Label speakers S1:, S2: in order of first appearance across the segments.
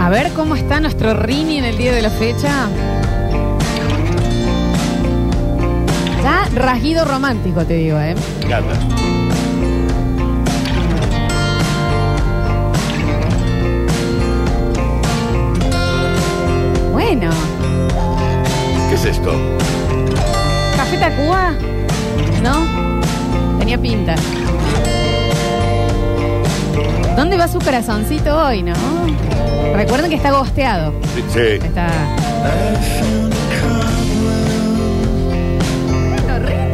S1: A ver cómo está nuestro Rini en el día de la fecha. Ya rasguido romántico, te digo, ¿eh?
S2: Gatas.
S1: Bueno,
S2: ¿Qué es esto?
S1: Café Cuba, ¿no? Tenía pinta. ¿Dónde va su corazoncito hoy, no? Recuerden que está gosteado.
S2: Sí, sí.
S1: Está. Bueno, Rini,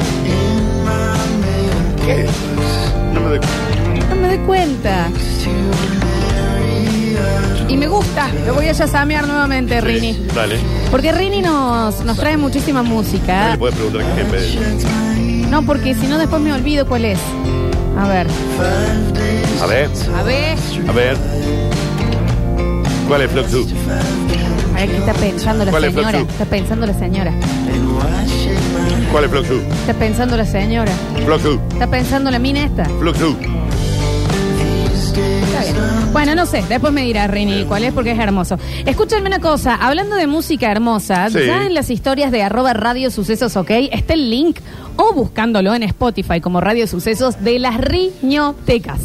S2: ¿Qué es? No me doy cuenta.
S1: No me doy cuenta. Y me gusta. Lo voy a yasamear nuevamente, Eh, Rini.
S2: Dale.
S1: Porque Rini nos, nos trae muchísima
S2: No
S1: música.
S2: le puedes preguntar qué es.
S1: No, porque si no después me olvido cuál es. A ver.
S2: A ver,
S1: A ver.
S2: a ver. ¿Cuál es Floxu?
S1: A ver qué está pensando la
S2: ¿Cuál es,
S1: señora.
S2: Floxu?
S1: Está pensando la señora.
S2: ¿Cuál es Floxu?
S1: Está pensando la señora.
S2: Floxu,
S1: Está pensando la mina esta.
S2: Floxu.
S1: Está bien. Bueno, no sé, después me dirá Rini cuál es porque es hermoso. Escúchenme una cosa, hablando de música hermosa,
S2: Sí.
S1: ya en las historias de arroba Radio Sucesos OK está el link o buscándolo en Spotify como Radio Sucesos de las riñotecas.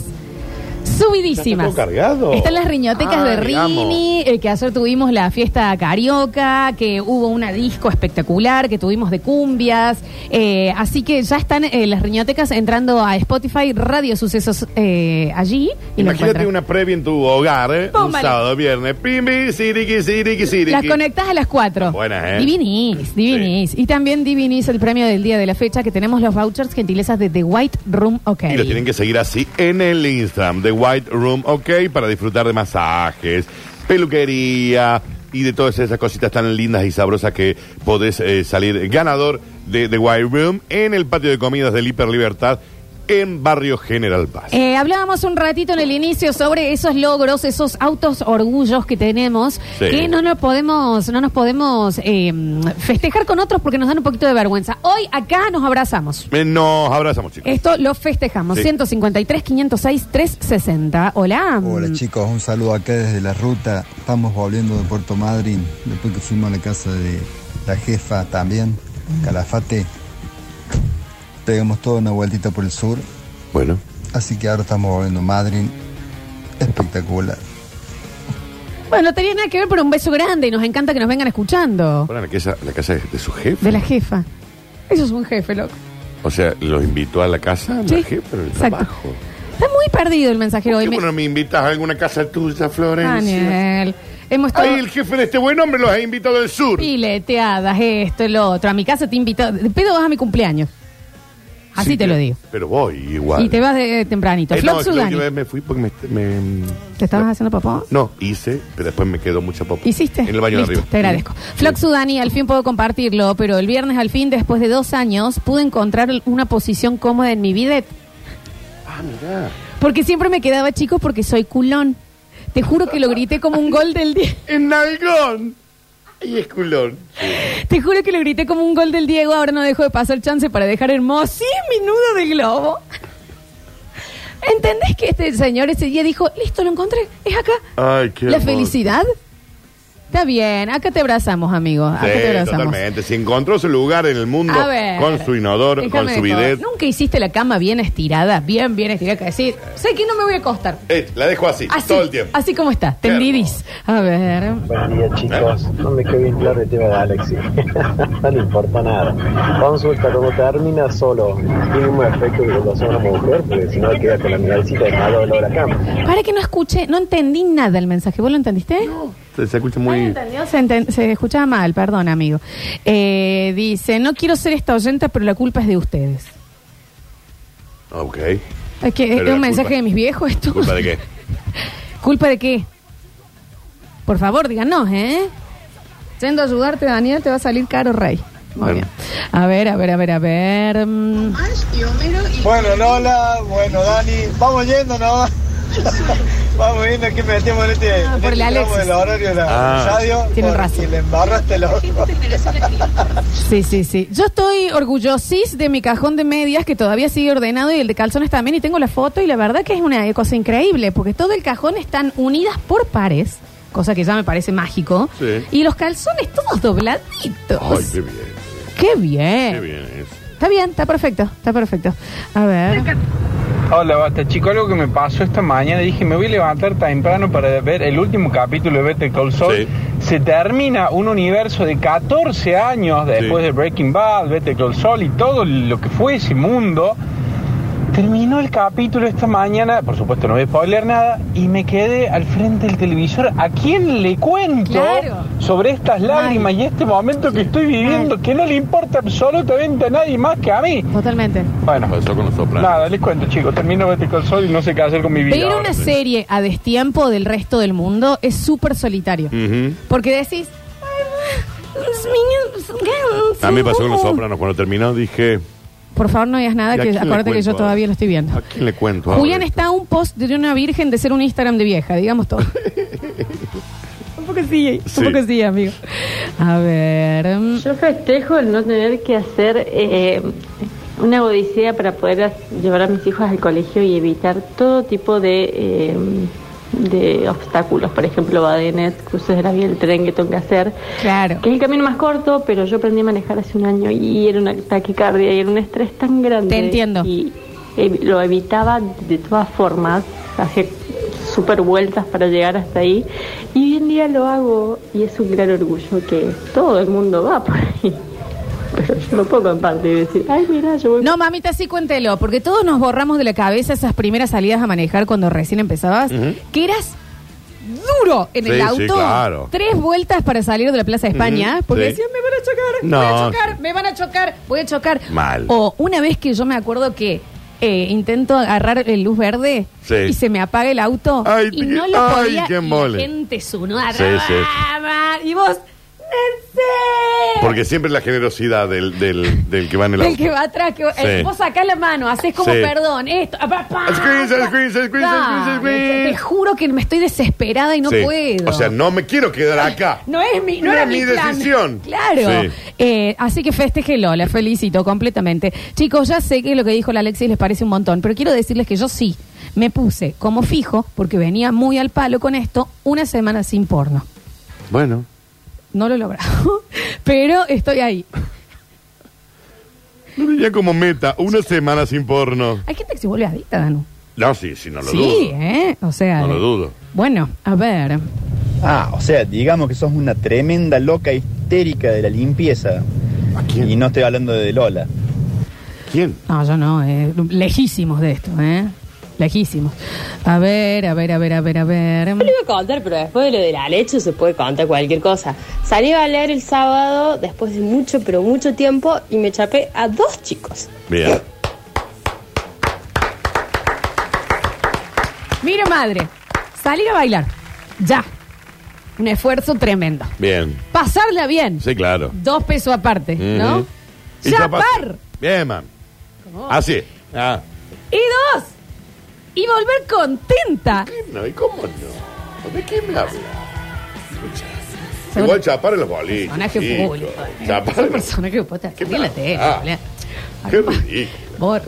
S1: Subidísimas.
S2: ¿Ya está todo cargado? Ah,
S1: Están las riñotecas
S2: Ay,
S1: de Rini, eh, que ayer tuvimos la fiesta carioca, que hubo una disco espectacular, que tuvimos de cumbias. eh, así que ya están eh, las riñotecas entrando a Spotify, Radio Sucesos eh, allí. y lo
S2: Imagínate
S1: encuentran.
S2: una previa en tu hogar, ¿eh? Un
S1: Póngale.
S2: sábado, viernes. Pimbi, siriki, siriki, siriki.
S1: Las conectás a las 4.
S2: Buenas, ¿eh?
S1: Divinis, divinis. Y también divinis el premio del día de la fecha que tenemos los vouchers gentilezas de The White Room OK.
S2: Y los tienen que seguir así en el Instagram de White Room OK para disfrutar de masajes, peluquería y de todas esas cositas tan lindas y sabrosas que podés eh, salir ganador de The White Room en el patio de comidas del Hiper Libertad en Barrio General Paz.
S1: Eh, hablábamos un ratito en el inicio sobre esos logros, esos autos orgullos que tenemos,
S2: Sí.
S1: que no nos podemos, no nos podemos eh, festejar con otros porque nos dan un poquito de vergüenza. Hoy acá nos abrazamos.
S2: Eh, nos abrazamos, chicos.
S1: Esto lo festejamos.
S2: Sí.
S1: 153, 506, 360. Hola.
S3: Hola chicos, un saludo acá desde la ruta. Estamos volviendo de Puerto Madryn, después que fuimos a la casa de la jefa también, Calafate. Pegamos toda una vueltita por el sur,
S2: Bueno,
S3: así que ahora estamos volviendo a Madryn. Espectacular.
S1: Bueno, no tenía nada que ver, pero un beso grande y nos encanta que nos vengan escuchando.
S2: fueron a la casa, la casa de, de su jefe.
S1: De la jefa. Eso es un jefe, loco.
S2: O sea, los invitó a la casa,
S1: Sí,
S2: la jefa, el
S1: exacto.
S2: trabajo.
S1: Está muy perdido el mensajero
S2: ¿Por
S1: hoy.
S2: qué
S1: Me-
S2: bueno, me invitas a alguna casa tuya, Florencia?
S1: Daniel. Hemos estado
S2: Ahí el jefe de este buen hombre los ha invitado al sur.
S1: pileteadas, esto, lo otro. A mi casa te invito. De pedo vas a mi cumpleaños. Así
S2: Sí,
S1: te
S2: pero-
S1: lo digo.
S2: Pero voy igual.
S1: Y te vas de, tempranito.
S2: Eh,
S1: Flop
S2: no, la
S1: Sudani.
S2: última vez me fui porque me... me-
S1: ¿Te estabas haciendo papá?
S2: No, hice, pero después me quedó mucha popa.
S1: ¿Hiciste?
S2: En el baño
S1: Listo,
S2: de arriba.
S1: Te agradezco. Flox Sudani, al fin puedo compartirlo, pero el viernes al fin, después de dos años, pude encontrar una posición cómoda en mi vida.
S2: Ah, mirá.
S1: Porque siempre me quedaba chico porque soy culón. Te juro que lo grité como un gol del día.
S2: En nalgón. Y es culón.
S1: Te juro que lo grité como un gol del Diego. Ahora no dejo de pasar chance para dejar hermoso mi nudo de globo. ¿Entendés que este señor ese día dijo, listo, lo encontré, es acá?
S2: Ay, qué
S1: ¿La
S2: hermoso.
S1: felicidad? Está bien, acá te abrazamos, amigo. Acá te
S2: Sí,
S1: abrazamos.
S2: totalmente. Si encontró su lugar en el mundo
S1: A ver.
S2: con su inodoro, con
S1: déjame
S2: su
S1: de joder.
S2: bidet.
S1: Nunca hiciste la cama bien estirada, bien, bien estirada. Que decir, sé que no me voy a acostar.
S2: Eh, la dejo así,
S1: Así,
S2: todo el tiempo.
S1: así como está,
S2: Qué
S1: tendidis. A ver.
S4: Buen día chicos, no me quedó bien claro el tema de Alexi, no le importa nada. Consulta, cuando termina solo, tiene un efecto que lo hace una mujer, porque si no queda con la miradcita de malo de la cama.
S1: Para que no escuche, no entendí nada el mensaje. ¿Vos lo entendiste?
S2: Se, se escucha
S1: Ay,
S2: muy...
S1: entendió, Se, enten- se escuchaba mal, perdón, amigo. Eh, dice, no quiero ser esta oyenta, pero la culpa es de ustedes.
S2: Ah, Ok.
S1: Es que
S2: Pero
S1: es
S2: la
S1: un mensaje
S2: culpa-
S1: de mis viejos esto.
S2: ¿Culpa de qué?
S1: ¿Culpa de qué? Por favor, díganos, ¿eh? Yendo a ayudarte, Daniel, te va a salir caro, Rey. Muy
S2: Bueno.
S1: bien. A ver, a ver, a ver, a ver. mm.
S5: Bueno, Lola, bueno, Dani, vamos yendo, ¿no? vamos yendo, que metemos en este,
S1: Ah,
S5: en
S1: por
S5: este
S1: el
S5: tramo
S1: Alexis.
S5: del horario de la
S2: Ah.
S5: radio.
S1: Tienen
S5: porque
S1: razón.
S5: Le embarraste la
S1: Sí, sí, sí. Yo estoy orgullosis de mi cajón de medias que todavía sigue ordenado y el de calzones también. Y tengo la foto y la verdad que es una cosa increíble porque todo el cajón están unidas por pares. cosa que ya me parece mágico.
S2: Sí.
S1: Y los calzones todos dobladitos.
S2: Ay, qué bien.
S1: qué bien.
S2: Qué bien eso.
S1: Está bien, está perfecto, está perfecto. A ver.
S6: Hola, basta chico, algo que me pasó esta mañana, dije, me voy a levantar temprano para ver el último capítulo de Better Call Saul.
S2: Sí.
S6: Se termina un universo de 14 años después
S2: Sí.
S6: de Breaking Bad, Better Call Saul y todo lo que fue ese mundo. Terminó el capítulo esta mañana, por supuesto no voy a spoiler nada, y me quedé al frente del televisor. ¿A quién le cuento
S1: Claro.
S6: sobre estas lágrimas y este momento que estoy viviendo que no le importa absolutamente a nadie más que a mí?
S1: Totalmente.
S6: Bueno,
S2: Pasó con los sopranos.
S6: Nada, les cuento, chicos. Termino Better Call Saul y no sé qué hacer con mi vida.
S1: Pedir
S6: ahora.
S1: una serie a destiempo del resto del mundo es súper solitario.
S2: Ujú.
S1: Porque decís.
S2: A mí me pasó con los sopranos. Cuando terminó dije.
S1: Por favor, no digas nada,
S2: ¿y a
S1: Ah, que
S2: quién le
S1: acuérdate que
S2: cuento
S1: yo
S2: ahora?
S1: todavía lo estoy viendo.
S2: ¿A quién le cuento? ahora
S1: Julián
S2: esto?
S1: está a un post de una virgen de ser un Instagram de vieja, digamos todo. un poco sí,
S2: Sí.
S1: un poco sí, amigo. A ver. mm,
S7: Yo festejo el no tener que hacer eh, una odisea para poder as- llevar a mis hijos al colegio y evitar todo tipo de, eh, de obstáculos, por ejemplo, badenes, cruces de la vía, el tren que tengo que hacer,
S1: Claro.
S7: que es el camino más corto, pero yo aprendí a manejar hace un año y era una taquicardia y era un estrés tan grande.
S1: Te entiendo.
S7: Y eh, lo evitaba de todas formas, hacía super vueltas para llegar hasta ahí y hoy en día lo hago y es un gran orgullo que todo el mundo va por ahí. Pero yo no puedo compartir y decir, ay, mira, yo voy
S1: No, mamita, sí cuéntelo, porque todos nos borramos de la cabeza esas primeras salidas a manejar cuando recién empezabas, que eras duro en
S2: Sí,
S1: el
S2: sí,
S1: auto.
S2: claro.
S1: Tres vueltas para salir de la Plaza de España,
S2: Ujú,
S1: porque
S2: sí.
S1: decían, me van a chocar,
S2: No.
S1: voy a chocar, me van a chocar, voy a chocar.
S2: Mal.
S1: O una vez que yo me acuerdo que eh, intento agarrar el luz verde
S2: Sí.
S1: y se me apaga el auto
S2: Ay,
S1: y no lo
S2: ay,
S1: podía,
S2: qué
S1: y la
S2: embole.
S1: gente sonó
S2: Sí, sí.
S1: y vos, ¡Nense!
S2: Porque siempre la generosidad del, del, del que va en el auto.
S1: El que va atrás, que
S2: Sí.
S1: eh, vos sacás la mano, haces como
S2: Sí.
S1: perdón, esto. ah, pa, pa,
S2: Squeeze,
S1: pa.
S2: squeeze, squeeze,
S1: Dale,
S2: squeeze,
S1: Te, te juro que me estoy desesperada y no
S2: Sí.
S1: puedo.
S2: O sea, no me quiero quedar acá.
S1: No es mi, no
S2: No
S1: era
S2: es
S1: mi,
S2: mi
S1: plan.
S2: decisión.
S1: Claro.
S2: Sí.
S1: Eh, así que festejelo, la felicito completamente. Chicos, ya sé que lo que dijo la Alexis les parece un montón, pero quiero decirles que yo sí me puse como fijo, porque venía muy al palo con esto, una semana sin porno.
S2: Bueno.
S1: No lo he logrado, pero estoy ahí.
S2: Lo tenía como meta, una semana sin porno.
S1: Hay gente que se vuelve adicta, Danu.
S2: No, sí, sí, no lo
S1: sí,
S2: dudo.
S1: ¿eh? O sea.
S2: No lo dudo.
S1: Bueno, a ver.
S8: Ah, o sea, digamos que sos una tremenda loca histérica de la limpieza.
S2: ¿A quién?
S8: Y no estoy hablando de Lola.
S2: ¿Quién?
S1: No, yo no, eh, lejísimos de esto, ¿eh? Lejísimos. A ver, a ver, a ver, a ver, a ver.
S9: Yo lo iba a contar, pero después de lo de la leche se puede contar cualquier cosa. Salí a leer el sábado después de mucho, pero mucho tiempo y me chapé a dos chicos.
S2: Bien.
S1: Mira, madre, salir a bailar. Ya. Un esfuerzo tremendo.
S2: Bien.
S1: Pasarla bien.
S2: Sí, claro.
S1: Dos pesos aparte, ¿no?
S2: Ujú. Y
S1: Chapar.
S2: chapaste. Bien, man. Así. Ah.
S1: Y dos. Y volver contenta.
S2: No, ¿y cómo no? ¿De qué me habla?
S1: Son-
S2: Igual chapar en los boliches.
S1: Personaje
S2: chico.
S1: público. ¿eh?
S2: Chapar
S1: Son
S2: en los-
S1: personaje que puede
S2: ¿Qué
S1: salir en la
S2: tal?
S1: tele.
S2: Ah,
S1: boludo.
S2: Qué
S1: Ay,
S2: ridículo.
S1: Por,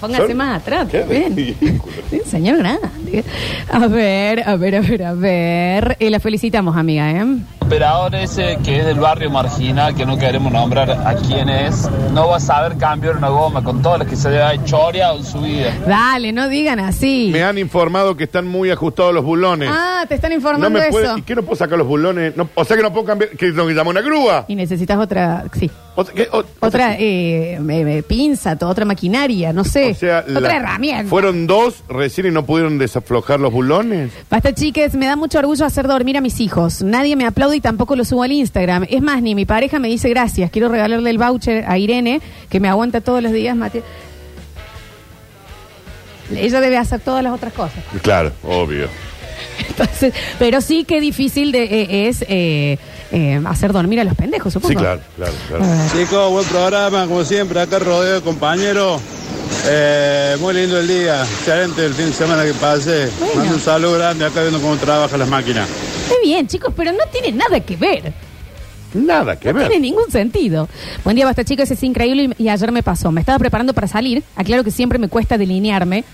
S1: póngase
S2: Son-
S1: más atrás.
S2: Qué
S1: bien.
S2: ridículo.
S1: Sí, señor grande. A ver, a ver, a ver, a ver. Eh, la felicitamos, amiga, ¿eh?
S6: operador ese que es del barrio marginal, que no queremos nombrar a quién es, no va a saber cambiar una goma con todas las que se haya choreado en su vida.
S1: Dale, no digan así.
S2: Me han informado que están muy ajustados los bulones.
S1: Ah, te están informando
S2: no me
S1: eso.
S2: puede, ¿Y qué no puedo sacar los bulones? No- o sea que no puedo cambiar. Que tengo que llamar a una grúa.
S1: Y necesitas otra, sí,
S2: O sea, que- o-
S1: otra eh, me- me pinza, to- otra maquinaria, no sé,
S2: o sea,
S1: otra
S2: la-
S1: herramienta.
S2: Fueron dos recién y no pudieron desaflojar los bulones.
S1: Basta, chiques, me da mucho orgullo hacer dormir a mis hijos. Nadie me aplaude y tampoco lo subo al Instagram. Es más, ni mi pareja me dice gracias. Quiero regalarle el voucher a Irene, que me aguanta todos los días, Mati. Ella debe hacer todas las otras cosas.
S2: Claro, obvio.
S1: Entonces, pero sí que difícil de, eh, es eh, eh, hacer dormir a los pendejos, supongo.
S2: Sí, claro, claro, claro.
S1: A ver.
S5: Chicos, buen programa, como siempre, acá rodeo de compañeros. Eh, muy lindo el día, excelente el fin de semana que pase.
S1: Bueno.
S5: Mando un saludo grande acá viendo cómo trabajan las máquinas.
S1: Está bien, chicos, pero no tiene nada que ver.
S2: Nada que
S1: No
S2: ver.
S1: tiene ningún sentido. Buen día, basta chicos, es increíble y, y ayer me pasó. Me estaba preparando para salir. Aclaro que siempre me cuesta delinearme.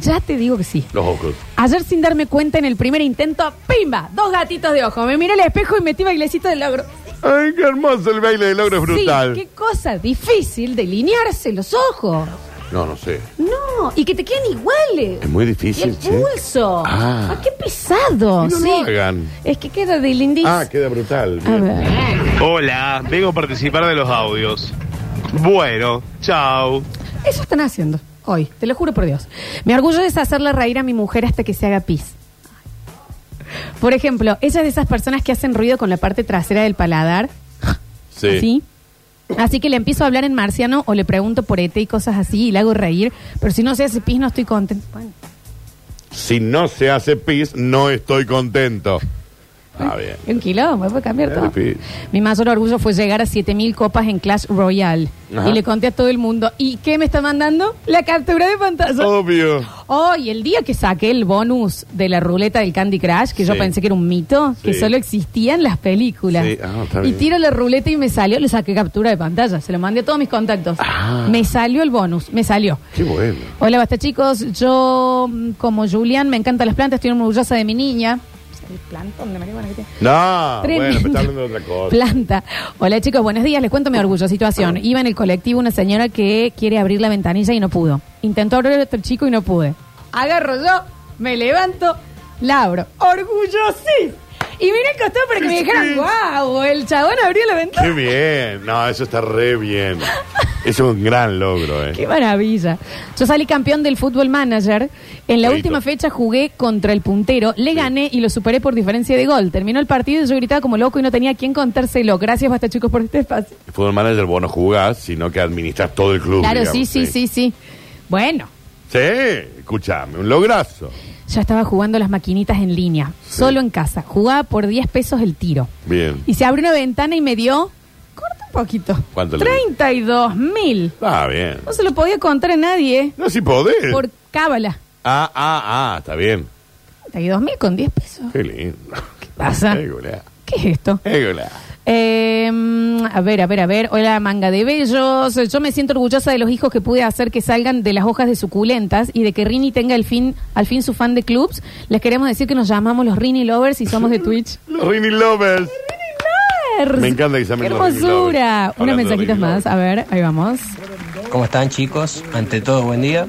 S1: Ya te digo que sí.
S2: Los ojos.
S1: Ayer sin darme cuenta en el primer intento, ¡pimba! Dos gatitos de ojo. Me miré al espejo y metí bailecito del logro.
S2: Ay, qué hermoso el baile del logro es brutal.
S1: Sí, qué cosa difícil delinearse los ojos.
S2: No, no sé.
S1: No, y que te queden iguales.
S2: Es muy difícil,
S1: Y el
S2: sí.
S1: pulso.
S2: Ah.
S1: Ah, qué pesado.
S2: Y no
S1: sí.
S2: lo hagan.
S1: Es que queda de lindis.
S2: Ah, queda brutal.
S1: A
S2: bien.
S1: ver.
S5: Hola, vengo a participar de los audios. Bueno, chao.
S1: Eso están haciendo hoy, te lo juro por Dios. Me orgullo es hacerle reír a mi mujer hasta que se haga pis. Por ejemplo, ella es de esas personas que hacen ruido con la parte trasera del paladar.
S2: Sí.
S1: así. Así que le empiezo a hablar en marciano o le pregunto por ET y cosas así y le hago reír. Pero si no se hace pis, no estoy contenta. Bueno,
S2: Si no se hace pis, no estoy contento. Ah, bien.
S1: un kilo, me puede cambiar
S2: Es
S1: todo.
S2: difícil.
S1: Mi mayor orgullo fue llegar a 7000 copas en Clash Royale.
S2: Ajá.
S1: Y le conté a todo el mundo. ¿Y qué me está mandando? La captura de pantalla.
S2: Obvio.
S1: Hoy, el día que saqué el bonus de la ruleta del Candy Crush, que yo
S2: Sí.
S1: pensé que era un mito, que
S2: Sí.
S1: solo existía en las películas.
S2: Sí, ah, está
S1: y
S2: bien.
S1: tiro la ruleta y me salió, le saqué captura de pantalla, se lo mandé a todos mis contactos.
S2: Ah.
S1: Me salió el bonus, me salió.
S2: Qué bueno.
S1: Hola, basta chicos, yo mm, como Julián me encantan las plantas, estoy orgullosa de mi niña. El plantón de marihuana que tiene.
S2: No, bueno,
S1: Tremendo.
S2: pero está hablando de otra cosa.
S1: Planta. Hola chicos, buenos días. Les cuento mi orgullo, situación. Iba en el colectivo una señora que quiere abrir la ventanilla y no pudo. Intentó abrir otro chico y no pude. Agarro yo, me levanto, la abro. ¡Orgullosís! Y miré al costado para que me dijeran, wow, el chabón abrió la
S2: Qué
S1: ventana.
S2: bien. No, eso está re bien. Eso es un gran logro,
S1: ¡Qué
S2: ¿eh?
S1: maravilla! Yo salí campeón del fútbol manager. En la
S2: Feito.
S1: última fecha jugué contra el puntero, le gané y lo superé por diferencia de gol. Terminó el partido y yo gritaba como loco y no tenía a quién contárselo. Gracias, basta chicos, por este espacio.
S2: Fútbol manager, vos no jugás, sino que administras todo el club.
S1: Claro,
S2: digamos,
S1: sí, sí, sí, sí. Bueno,
S2: Sí, escúchame, un lograzo.
S1: ya estaba jugando las maquinitas en línea, solo en casa. Jugaba por 10 pesos el tiro.
S2: Bien.
S1: Y se abrió una ventana y me dio, corta un poquito,
S2: ¿Cuánto le dio?
S1: 32 mil.
S2: Ah, bien.
S1: No se lo podía contar a nadie
S2: No, si podés.
S1: por cábala.
S2: Ah, ah, ah, está bien.
S1: 32 mil con 10 pesos.
S2: Qué lindo. ¿Qué
S1: pasa?
S2: Égola,
S1: ¿Qué es esto?
S2: égola.
S1: Eh, mm, a ver, a ver, a ver. Hola, manga de bellos. Yo me siento orgullosa de los hijos que pude hacer que salgan de las hojas de suculentas y de que Rini tenga el fin, al fin su fan de clubs. Les queremos decir que nos llamamos los Rini Lovers y somos de Twitch.
S2: Los Rini Lovers. Me encanta que se llamen
S1: ¡Qué
S2: los Rini Lovers.
S1: hermosura! Unos
S2: Hablando de
S1: mensajitos
S2: Rini
S1: más.
S2: Lovers.
S1: A ver, ahí vamos.
S10: ¿Cómo están chicos? Ante todo, buen día.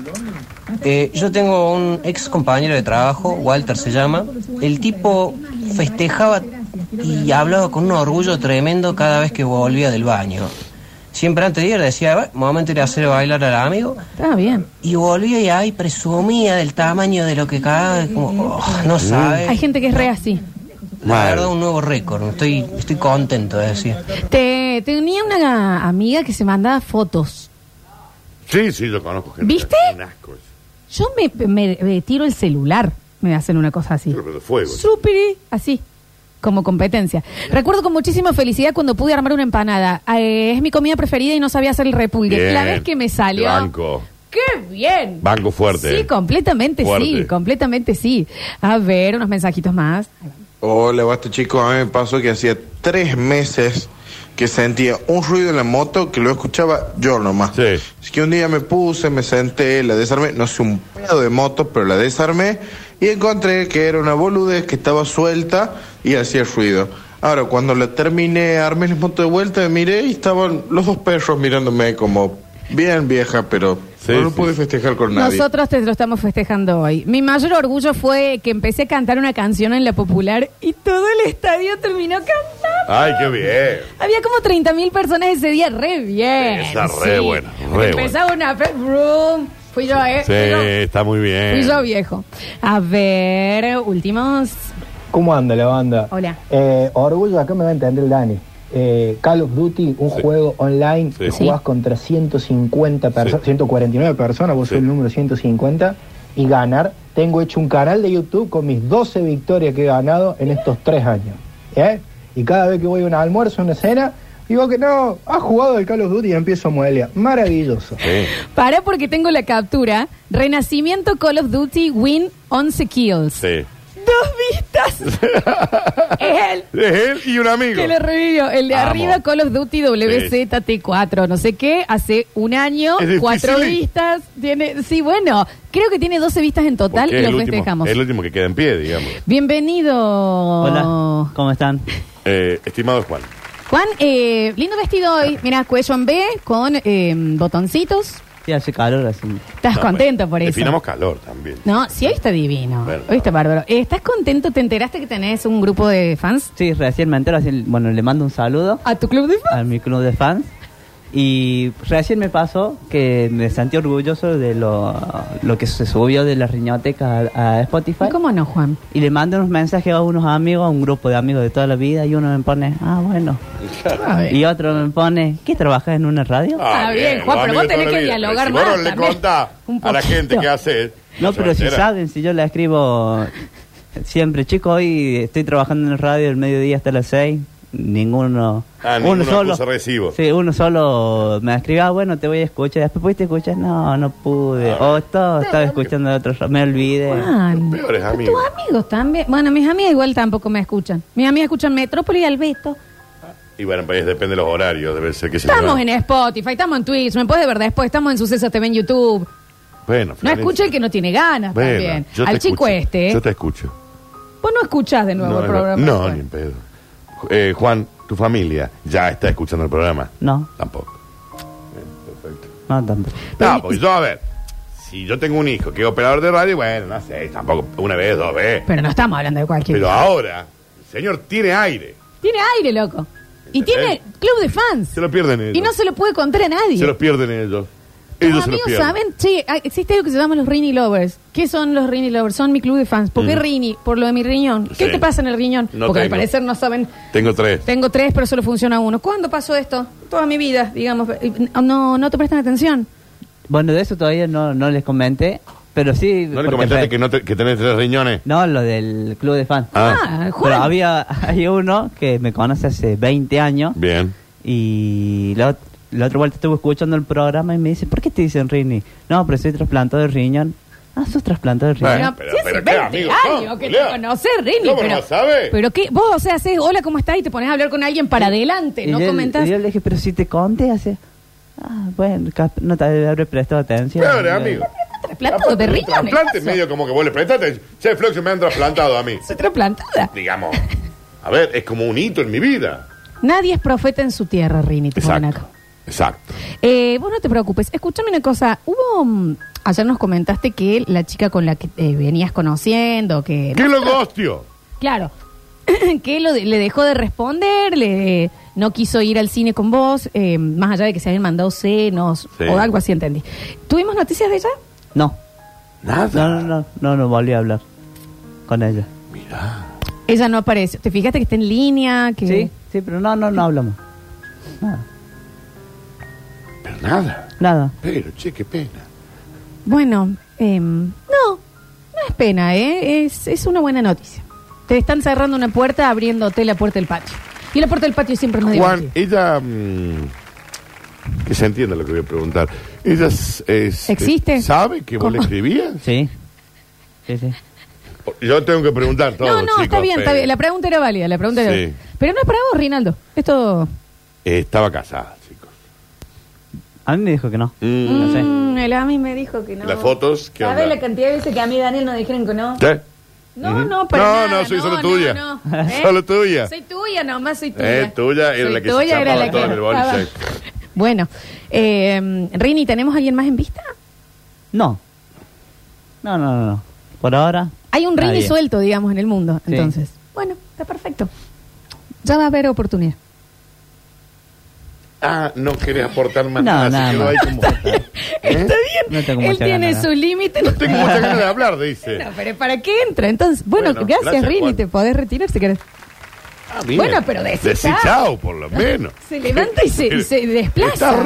S10: Eh, yo tengo un ex compañero de trabajo, Walter se llama. El tipo festejaba y hablaba con un orgullo tremendo cada vez que volvía del baño. Siempre antes de ir decía, "Bueno, momento de ir a hacer bailar al amigo.
S1: Está bien.
S10: Y volvía y ahí presumía del tamaño de lo que cada como, "Oh, no
S1: Mm. Hay
S10: sabe.
S1: gente que es re así.
S10: La verdad, un nuevo récord. Estoy, estoy contento de decir.
S1: Te, tenía una amiga que se mandaba fotos.
S2: Sí, sí, yo conozco gente.
S1: ¿Viste?
S2: Un asco eso.
S1: Yo me, me- me tiro el celular. Me hacen una cosa así.
S2: Pero de fuego.
S1: Supiri, así, como competencia. Recuerdo con muchísima felicidad cuando pude armar una empanada. Eh, es mi comida preferida y no sabía hacer el repulgue.
S2: Bien.
S1: La vez que me salió.
S2: Banco.
S1: ¡Qué bien!
S2: Banco fuerte.
S1: Sí, completamente sí,
S2: Fuerte.
S1: completamente sí. A ver, unos mensajitos más.
S5: Hola, basta chicos. A mí me pasó que hacía tres meses que sentía un ruido en la moto que lo escuchaba yo nomás.
S2: Sí.
S5: Así que un día me puse, me senté, la desarmé. No sé un pedo de moto, pero la desarmé. Y encontré que era una boludez que estaba suelta y hacía ruido. Ahora, cuando la terminé, armé la moto de vuelta, me miré y estaban los dos perros mirándome como bien vieja, pero
S2: Sí,
S5: no lo
S2: sí.
S5: pude festejar con nadie.
S1: Nosotros te lo estamos festejando hoy. Mi mayor orgullo fue que empecé a cantar una canción en la popular y todo el estadio terminó cantando.
S2: Ay, qué bien.
S1: Había como 30.000 personas ese día, re bien.
S2: Esa re buena, re
S1: Empezaba una fe- room. Fui yo, eh.
S2: Sí,
S1: Fui yo.
S2: está muy bien.
S1: Fui yo viejo. A ver, últimos.
S4: ¿Cómo anda la banda?
S1: Hola.
S4: Eh, orgullo, acá me va a entender el Dani. Eh, Call of Duty, un
S2: Sí.
S4: juego online,
S2: Sí.
S4: que jugás contra 150 personas,
S2: Sí.
S4: 149 personas, vos
S2: Sí.
S4: sos el número 150, y ganar. Tengo hecho un canal de YouTube con mis 12 victorias que he ganado en estos tres años. ¿eh? Y cada vez que voy a un almuerzo, a una cena, digo que no, has jugado el Call of Duty y empiezo a modelar. Maravilloso.
S2: Sí.
S1: Para porque tengo la captura. Renacimiento Call of Duty Win 11 kills.
S2: Sí.
S1: Dos comunistas. es él.
S2: Es él y un amigo.
S1: Que le revivió. El de
S2: Amo.
S1: arriba, Call of Duty WZT4, no sé qué, hace un año,
S2: Es difícil,
S1: cuatro
S2: ¿eh?
S1: vistas. tiene Sí, bueno, creo que tiene 12 vistas en total
S2: Porque
S1: y
S2: es
S1: lo
S2: el último-
S1: festejamos.
S2: es el último que queda en pie, digamos.
S1: Bienvenido. Oh.
S11: Hola, ¿cómo están?
S2: Eh, estimado Juan.
S1: Juan, eh, lindo vestido hoy. Mira, cuello en B con eh, botoncitos.
S11: Sí, hace calor, así.
S1: ¿Estás
S2: No,
S1: contento
S2: bueno,
S1: por eso?
S2: Definamos calor también.
S1: No, sí, hoy está divino.
S2: Bueno.
S1: Hoy está bárbaro. Eh, ¿Estás contento? ¿Te enteraste que tenés un grupo de fans?
S11: Sí, recién me entero, así, bueno, le mando un saludo
S1: ¿A tu club de fans?
S11: a mi club de fans. Y recién me pasó que me sentí orgulloso de lo, lo que se subió de la riñoteca a, a Spotify.
S1: ¿Cómo no, Juan?
S11: Y le mando unos mensajes a unos amigos, a un grupo de amigos de toda la vida, y uno me pone, ah, bueno.
S1: A ver.
S11: Y otro me pone, ¿qué trabajas en una radio?
S1: Está bien, Juan,
S2: Ah, los
S1: pero vos
S2: amigos
S1: tenés
S2: toda la
S1: que
S2: vida.
S1: dialogar
S2: si
S1: más
S2: Vos no le
S1: también.
S2: contás
S1: Un
S2: a la gente
S1: poquito.
S2: qué hace.
S11: No,
S2: se va
S11: pero
S2: a
S11: si
S2: enterar.
S11: saben, si yo la escribo siempre, chicos, hoy estoy trabajando en la radio del mediodía hasta las 6. Ninguno.
S2: Ah, ninguno puso recibo.
S11: Sí, uno solo me escribía, ah, bueno, te voy a escuchar. Después pudiste escuchar, no, no pude.
S2: Ah.
S11: o todo, estaba escuchando de otro, ra- me olvidé.
S1: Juan,
S2: Los peores
S1: pero
S2: amigos.
S1: Tus amigos también. Bueno, mis amigas igual tampoco me escuchan. Mis amigas escuchan Metrópoli y Albeto.
S2: Y bueno, pues depende de los horarios, debe ser que se
S1: Estamos en
S2: le va.
S1: Spotify, estamos en Twitch, me puedes ver después, estamos en Sucesos TV en YouTube.
S2: Bueno,
S1: No
S2: Florencia.
S1: escucha el que no tiene ganas
S2: Bueno,
S1: también.
S2: yo te
S1: Al chico
S2: escucho,
S1: este,
S2: Yo te escucho.
S1: vos no escuchás de nuevo
S2: no,
S1: el
S2: no,
S1: programa. este.
S2: No,
S1: Juan.
S2: ni en pedo. Eh, Juan, tu familia ya está escuchando el programa.
S11: No,
S2: Tampoco. Bien, perfecto.
S11: no tampoco.
S2: No, porque yo, a ver, si yo tengo un hijo que es operador de radio, bueno, no sé, tampoco una vez, dos veces.
S1: Pero no estamos hablando de cualquier.
S2: Pero ahora, el señor tiene aire.
S1: Tiene aire, loco. Y
S2: ¿Entendés?
S1: tiene club de fans.
S2: ¿Eh? Se lo pierden ellos.
S1: Y no se lo puede contar a nadie.
S2: Se los pierden ellos.
S1: Tus
S2: Ellos se los
S1: amigos
S2: pierden.
S1: saben, sí, ah, existe algo que se llama los Rini Lovers. ¿Qué son los Rini Lovers? Son mi club de fans. ¿Por qué
S2: Mm.
S1: Rini? Por lo de mi riñón. ¿Qué
S2: Sí.
S1: te pasa en el riñón?
S2: No
S1: Porque al
S2: tengo.
S1: parecer no saben.
S2: Tengo tres.
S1: Tengo tres, pero solo funciona uno. ¿Cuándo pasó esto? Toda mi vida, digamos. Eh, No, no te prestan atención.
S11: Bueno, de eso todavía no, no les comenté, pero sí.
S2: ¿No le
S11: porque
S2: comentaste
S11: fue-
S2: que, no te- que tenés tres riñones?
S11: No, lo del club de fans.
S1: Ah, Juan.
S11: Pero había, hay uno que me conoce hace 20 años.
S2: Bien.
S11: Y la, la otra vuelta estuve escuchando el programa y me dice, ¿por qué te dicen Rini? No, pero soy trasplantado de riñón. Ah, sos trasplantado de riñón.
S2: Bueno,
S1: No,
S2: pero-
S1: sí, hace
S2: pero qué
S1: 20
S2: amigos
S1: años
S2: son,
S1: que te
S2: boludo.
S1: conocés, Rini.
S2: ¿Cómo no
S1: pero,
S2: la sabe?
S1: pero qué, vos, o sea, haces hola, ¿cómo estás? Y te pones a hablar con alguien para adelante,
S11: Y
S1: no
S11: yo-
S1: comentás.
S11: y yo le dije, pero si te conté hace... Ah, bueno, cap- no te habré prestado atención.
S2: Peor, amigo.
S1: Trasplantado de
S2: Un
S1: riñón.
S2: Trasplante
S1: ¿acaso?
S2: medio como que vos le prestaste. Che, Flox, me han trasplantado a mí.
S1: Soy trasplantada.
S2: Digamos. A ver, es como un hito en mi vida.
S1: Nadie es profeta en su tierra, Rini. Te ponen acá.
S2: Exacto. Exacto.
S1: Eh, vos no te preocupes. Escúchame una cosa. Hubo. mm, ayer nos comentaste que la chica con la que eh, venías conociendo, que.
S2: ¿Qué lo gostio?
S1: Claro. que lo de- le dejó de responder, le no quiso ir al cine con vos, eh, más allá de que se habían mandado senos
S2: Sí.
S1: o algo así, entendí. ¿Tuvimos noticias de ella?
S11: No.
S2: Nada.
S11: No, no, no, no, no volví a hablar con ella.
S2: Mirá.
S1: Ella no apareció. ¿Te fijaste que está en línea? Que...
S11: Sí, sí, pero no, no, no hablamos. Nada.
S2: Pero nada.
S11: Nada.
S2: Pero, che, qué pena.
S1: Bueno, em, no, no es pena, ¿eh? es, es una buena noticia. Te están cerrando una puerta abriéndote la puerta del patio. Y la puerta del patio siempre es más
S2: Juan,
S1: divertida.
S2: ella. mm, que se entienda lo que voy a preguntar. ¿Ella es, es-
S1: ¿Existe?
S2: sabe que vos le
S1: ¿Cómo?
S2: escribías?
S11: Sí. Sí, sí.
S2: Yo tengo que preguntar todo.
S1: No, no, está
S2: chicos,
S1: bien, está
S2: pero-
S1: bien. La pregunta era válida, la pregunta era
S2: Sí.
S1: válida. Pero no es para vos, Rinaldo. Esto,
S2: Eh, estaba casada, chicos.
S11: A mí me dijo que no.
S2: Mm.
S11: No sé.
S1: Mm, el AMI me dijo que no.
S2: Las fotos, ¿qué
S1: ¿Sabes
S2: onda?
S1: la cantidad de veces que a mí y Daniel nos dijeron que no?
S2: ¿Sí?
S1: No,
S2: Ujú.
S1: no, para
S2: No,
S1: nada,
S2: no, soy solo tuya.
S1: no. ¿eh?
S2: Solo tuya.
S1: Soy tuya, nomás soy tuya.
S2: Eh, tuya era
S1: Soy
S2: la que se
S1: tuya, era
S2: chapaba
S1: la
S2: todo
S1: que
S2: en el body
S1: estaba.
S2: check.
S1: Bueno, eh, Rini, ¿tenemos a alguien más en vista?
S11: No. No, no, no, no. Por ahora.
S1: Hay un Rini
S11: nadie.
S1: suelto, digamos, en el mundo,
S11: Sí.
S1: entonces. Bueno, está perfecto. Ya va a haber oportunidad.
S2: Ah, no querés aportar más
S11: No,
S2: nada.
S11: nada
S2: se quedó
S11: más.
S2: ahí como-
S1: Está
S11: ¿Eh? No
S1: bien,
S11: tengo
S1: él
S11: mucha
S1: tiene
S11: gana,
S1: su
S11: ¿no?
S1: límite.
S2: No tengo muchas ganas de hablar, dice.
S1: No, pero ¿para qué entra? Entonces, bueno,
S2: Bueno,
S1: gracias,
S2: gracias,
S1: Rini,
S2: Juan.
S1: te podés retirar si querés.
S2: Ah, bien.
S1: Bueno, pero decí
S2: Decí
S1: chao.
S2: chao, por lo menos.
S1: Se levanta y se, y se desplaza.
S2: Estás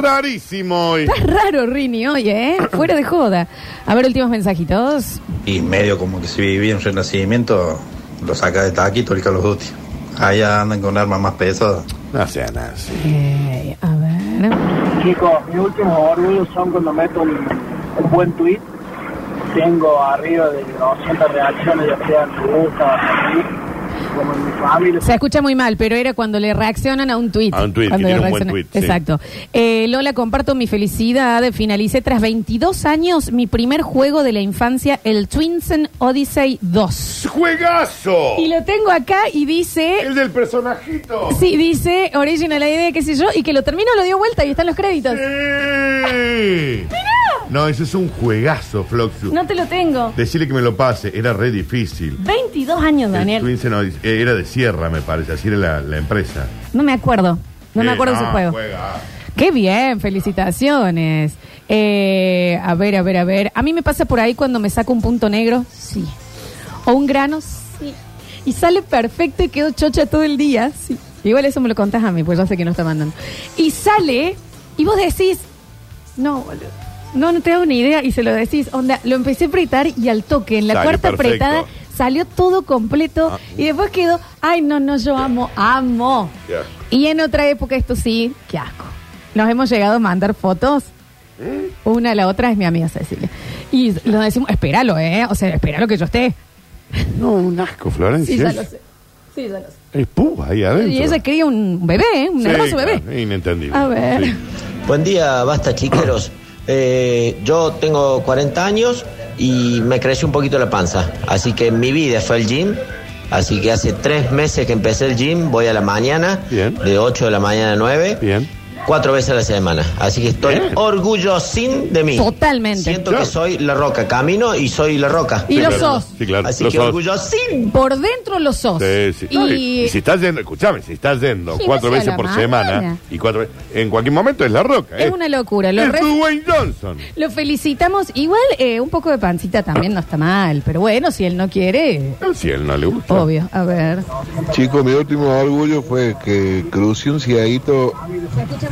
S2: rarísimo hoy.
S1: Estás raro, Rini, oye, ¿eh? Fuera de joda. A ver, últimos mensajitos.
S12: Y medio como que si vivía un renacimiento, lo saca de taquito el Call of Duty. Allá andan con armas más pesadas.
S2: No sean así.
S1: Eh, a ver.
S4: Chicos, mis últimos orgullos son cuando meto un, un buen tweet
S13: tengo arriba de 200 reacciones, ya sea en tu gusta, como en mi familia.
S1: Se escucha muy mal, pero era cuando le reaccionan a un tuit.
S2: A un tuit, que
S1: Cuando
S2: tiene
S1: le
S2: un buen
S1: reaccionan.
S2: tuit, sí.
S1: Exacto. Eh, Lola, comparto mi felicidad. Finalicé tras 22 años mi primer juego de la infancia, el Twinsen Odyssey 2.
S2: ¡Juegazo!
S1: Y lo tengo acá y dice...
S2: El del personajito.
S1: Sí, dice Original idea, qué sé yo, y que lo termino, lo dio vuelta y están los créditos.
S2: Sí. No, eso es un juegazo, Floxu.
S1: No te lo tengo.
S2: Decirle que me lo pase, era re difícil.
S1: 22 años,
S2: El
S1: Daniel.
S2: Twinsen Odyssey, eh, era de Sierra, me parece, así era la, la empresa.
S1: No me acuerdo. No me
S2: Sí, pues.
S1: acuerdo de ese juego.
S2: juegazo.
S1: Qué bien, felicitaciones. Eh, a ver, a ver, a ver. A mí me pasa por ahí cuando me saco un punto negro, sí. O un grano, sí. Y sale perfecto y quedo chocha todo el día, sí. Igual eso me lo contás a mí, pues ya sé que no está mandando. Y sale y vos decís, no, boludo. No, no te hago ni idea y se lo decís. Onda, lo empecé a apretar y al toque, en la
S2: Sale
S1: cuarta
S2: perfecto.
S1: apretada, salió todo completo
S2: Ah.
S1: y después quedó, ay, no, no, yo amo, amo.
S2: Ya.
S1: Y en otra época, esto sí, qué asco. Nos hemos llegado a mandar fotos.
S2: ¿Mm?
S1: Una a la otra es mi amiga Cecilia. Y nos decimos, espéralo, ¿eh? O sea, espéralo que yo esté.
S2: No, un asco, Florencia.
S1: Sí, ya
S2: es-
S1: lo sé. Sí, ya lo sé.
S2: Es púa ahí adentro.
S1: Y ella quería un bebé, ¿eh? un
S2: Sí,
S1: hermoso bebé.
S2: claro, Inentendible.
S1: A ver.
S2: Sí.
S14: Buen día, basta chiqueros. Eh, yo tengo 40 años y me creció un poquito la panza. Así que mi vida fue el gym. Así que hace tres meses que empecé el gym, voy a la mañana, de 8 de la mañana a 9, cuatro veces a la semana. Así que estoy orgullosín de mí.
S1: Totalmente.
S14: Siento que soy la roca, camino y soy la roca.
S1: Y Sí, lo claro. sos.
S2: Sí, claro,
S14: Así
S2: lo
S14: que
S2: sos.
S14: orgullosín.
S1: Por dentro los sos.
S2: Sí, sí. No, Y...
S1: Y,
S2: y si estás yendo, escúchame, si estás yendo
S1: Sí,
S2: cuatro
S1: vas a
S2: veces
S1: la
S2: por
S1: mañana.
S2: semana y cuatro veces, en cualquier momento es la roca.
S1: es
S2: eh.
S1: una locura. Lo,
S2: Es
S1: re-
S2: tu Wayne Johnson.
S1: lo felicitamos. Igual eh, un poco de pancita también no está mal, pero bueno, si él no quiere,
S2: Si a él no le gusta.
S1: obvio. A ver.
S15: Chicos, mi último orgullo fue que crucé un ciaguito,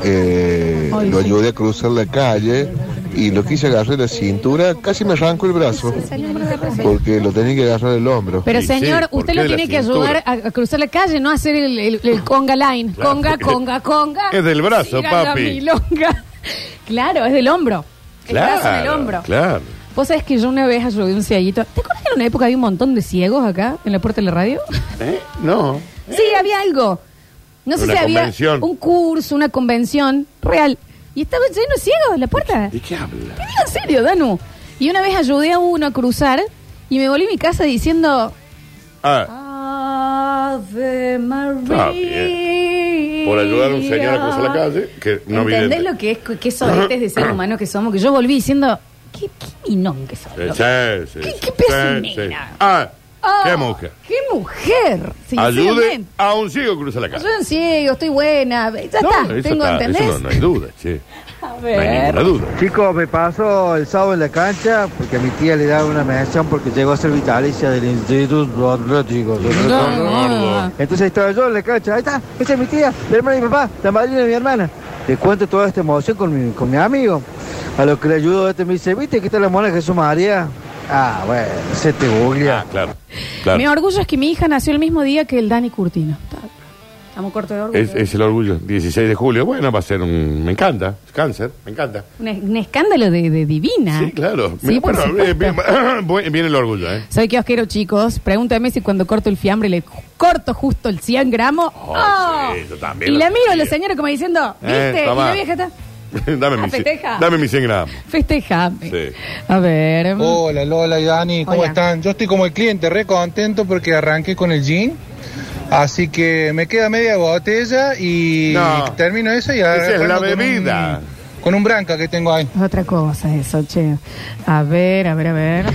S15: eh,
S1: Ay,
S15: lo
S1: sí.
S15: ayudé a cruzar la calle y lo quise agarrar de la cintura, casi me arrancó el brazo, porque lo tenía que agarrar del hombro.
S1: Pero señor, usted lo tiene que ayudar a, a cruzar la calle, no hacer el, el- el conga line.
S2: Claro,
S1: conga,
S2: porque
S1: conga, conga.
S2: es del brazo,
S1: Siga la
S2: papi.
S1: milonga. Claro, es del hombro. El brazo en el hombro.
S2: Claro.
S1: Vos sabés que yo una vez ayudé a un cieguito. ¿Te acuerdas que en una época había un montón de ciegos acá, en la puerta de la radio?
S2: ¿Eh? No.
S1: Sí, había algo. No sé
S2: Una
S1: si había
S2: convención.
S1: un curso, una convención real. Y estaba lleno de ciegos en la puerta.
S2: ¿De qué habla?
S1: Te digo en serio, Danu. Y una vez ayudé a uno a cruzar y me volví a mi casa diciendo...
S2: Ah,
S1: Ave
S2: Está
S1: María.
S2: por ayudar a un señor a cruzar la calle, que no
S1: ¿Entendés
S2: vidente.
S1: lo que es que sobetes de ser humano que somos? Que yo volví diciendo, qué, qué minón que soy.
S2: Sí, sí, sí,
S1: qué pedazo
S2: sí,
S1: de
S2: sí.
S1: nena?
S2: Ah,
S1: Ah,
S2: qué mujer.
S1: ¡Qué mujer!
S2: Ayude
S1: Sinceramente.
S2: a un ciego a cruzar la calle.
S1: Yo en ciego, estoy buena. Ya está,
S2: Eso
S1: tengo,
S2: está,
S1: ¿entendés?
S2: eso no, no hay duda, che.
S1: A
S2: No hay ninguna duda.
S16: Chicos, me pasó el sábado en la cancha porque a mi tía le daba una mención porque llegó a ser vitalicia del Instituto Atlético. Entonces estaba yo en la cancha, ahí está, esa es mi tía, mi hermana y mi papá, la madrina de mi hermana. Le cuento toda esta emoción con mi, con mi amigo. A lo que le ayudo este me dice, ¿viste que está la mona de Jesús María? Ah, bueno, se te googlea.
S2: Ah, claro, claro.
S1: Mi orgullo es que mi hija nació el mismo día que el Dani Curtino. Está- Estamos cortos de orgullo.
S2: Es, es el orgullo. 16 de julio. Bueno, va a ser un. Me encanta. Cáncer, me encanta.
S1: Un, es- un escándalo de, de divina.
S2: Sí, claro.
S1: Ah. Sí,
S2: Me-
S1: por
S2: bueno, eh,
S1: supuesto.
S2: bien- buen- viene el orgullo, ¿eh?
S1: Soy kiosquero, chicos. Pregúntame si cuando corto el fiambre le corto justo el 100 gramos. ¡Oh!
S2: sí, yo también
S1: y
S2: lo
S1: la miro a la señora como diciendo,
S2: Eh,
S1: ¿viste? y
S2: tomá.
S1: la vieja está,
S2: dame, mi, cien-
S1: festeja.
S2: dame mis 100 gramos.
S1: festejame.
S2: Sí.
S1: A ver.
S6: Oh.
S17: Hola Lola y Dani, ¿cómo
S1: Hola.
S17: están? Yo estoy como el cliente, re contento porque arranqué con el gin. Así que me queda media botella y
S2: No.
S17: termino eso y
S2: Esa
S17: ahora
S2: es la
S6: Eh,
S17: arranco con un-
S2: bebida.
S17: con un branca que tengo ahí.
S1: Es otra cosa eso, che. A ver, a ver, a ver.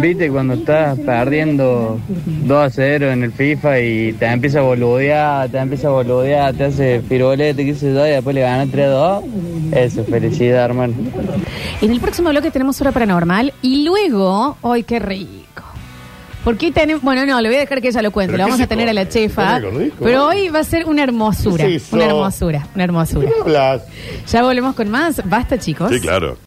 S11: Viste cuando estás perdiendo 2 a 0 en el FIFA y te empieza a boludear, te empieza a boludear, te hace pirolete, qué sé yo, y después le ganas 3 a 2. Eso, felicidad, hermano.
S1: En el próximo bloque tenemos hora paranormal y luego, ¡ay, qué rico! Porque hoy tenemos, bueno, no, le voy a dejar que ella lo cuente,
S2: ¿Pero
S1: lo
S2: qué
S1: vamos
S2: se
S1: a tener a la
S2: come?
S1: chefa.
S2: ¿Se come algo rico?
S1: Pero hoy va a ser una hermosura,
S2: ¿Qué es eso?
S1: una hermosura, una hermosura.
S2: ¿Qué hablas?
S1: Ya volvemos con más, basta chicos.
S2: Sí, claro.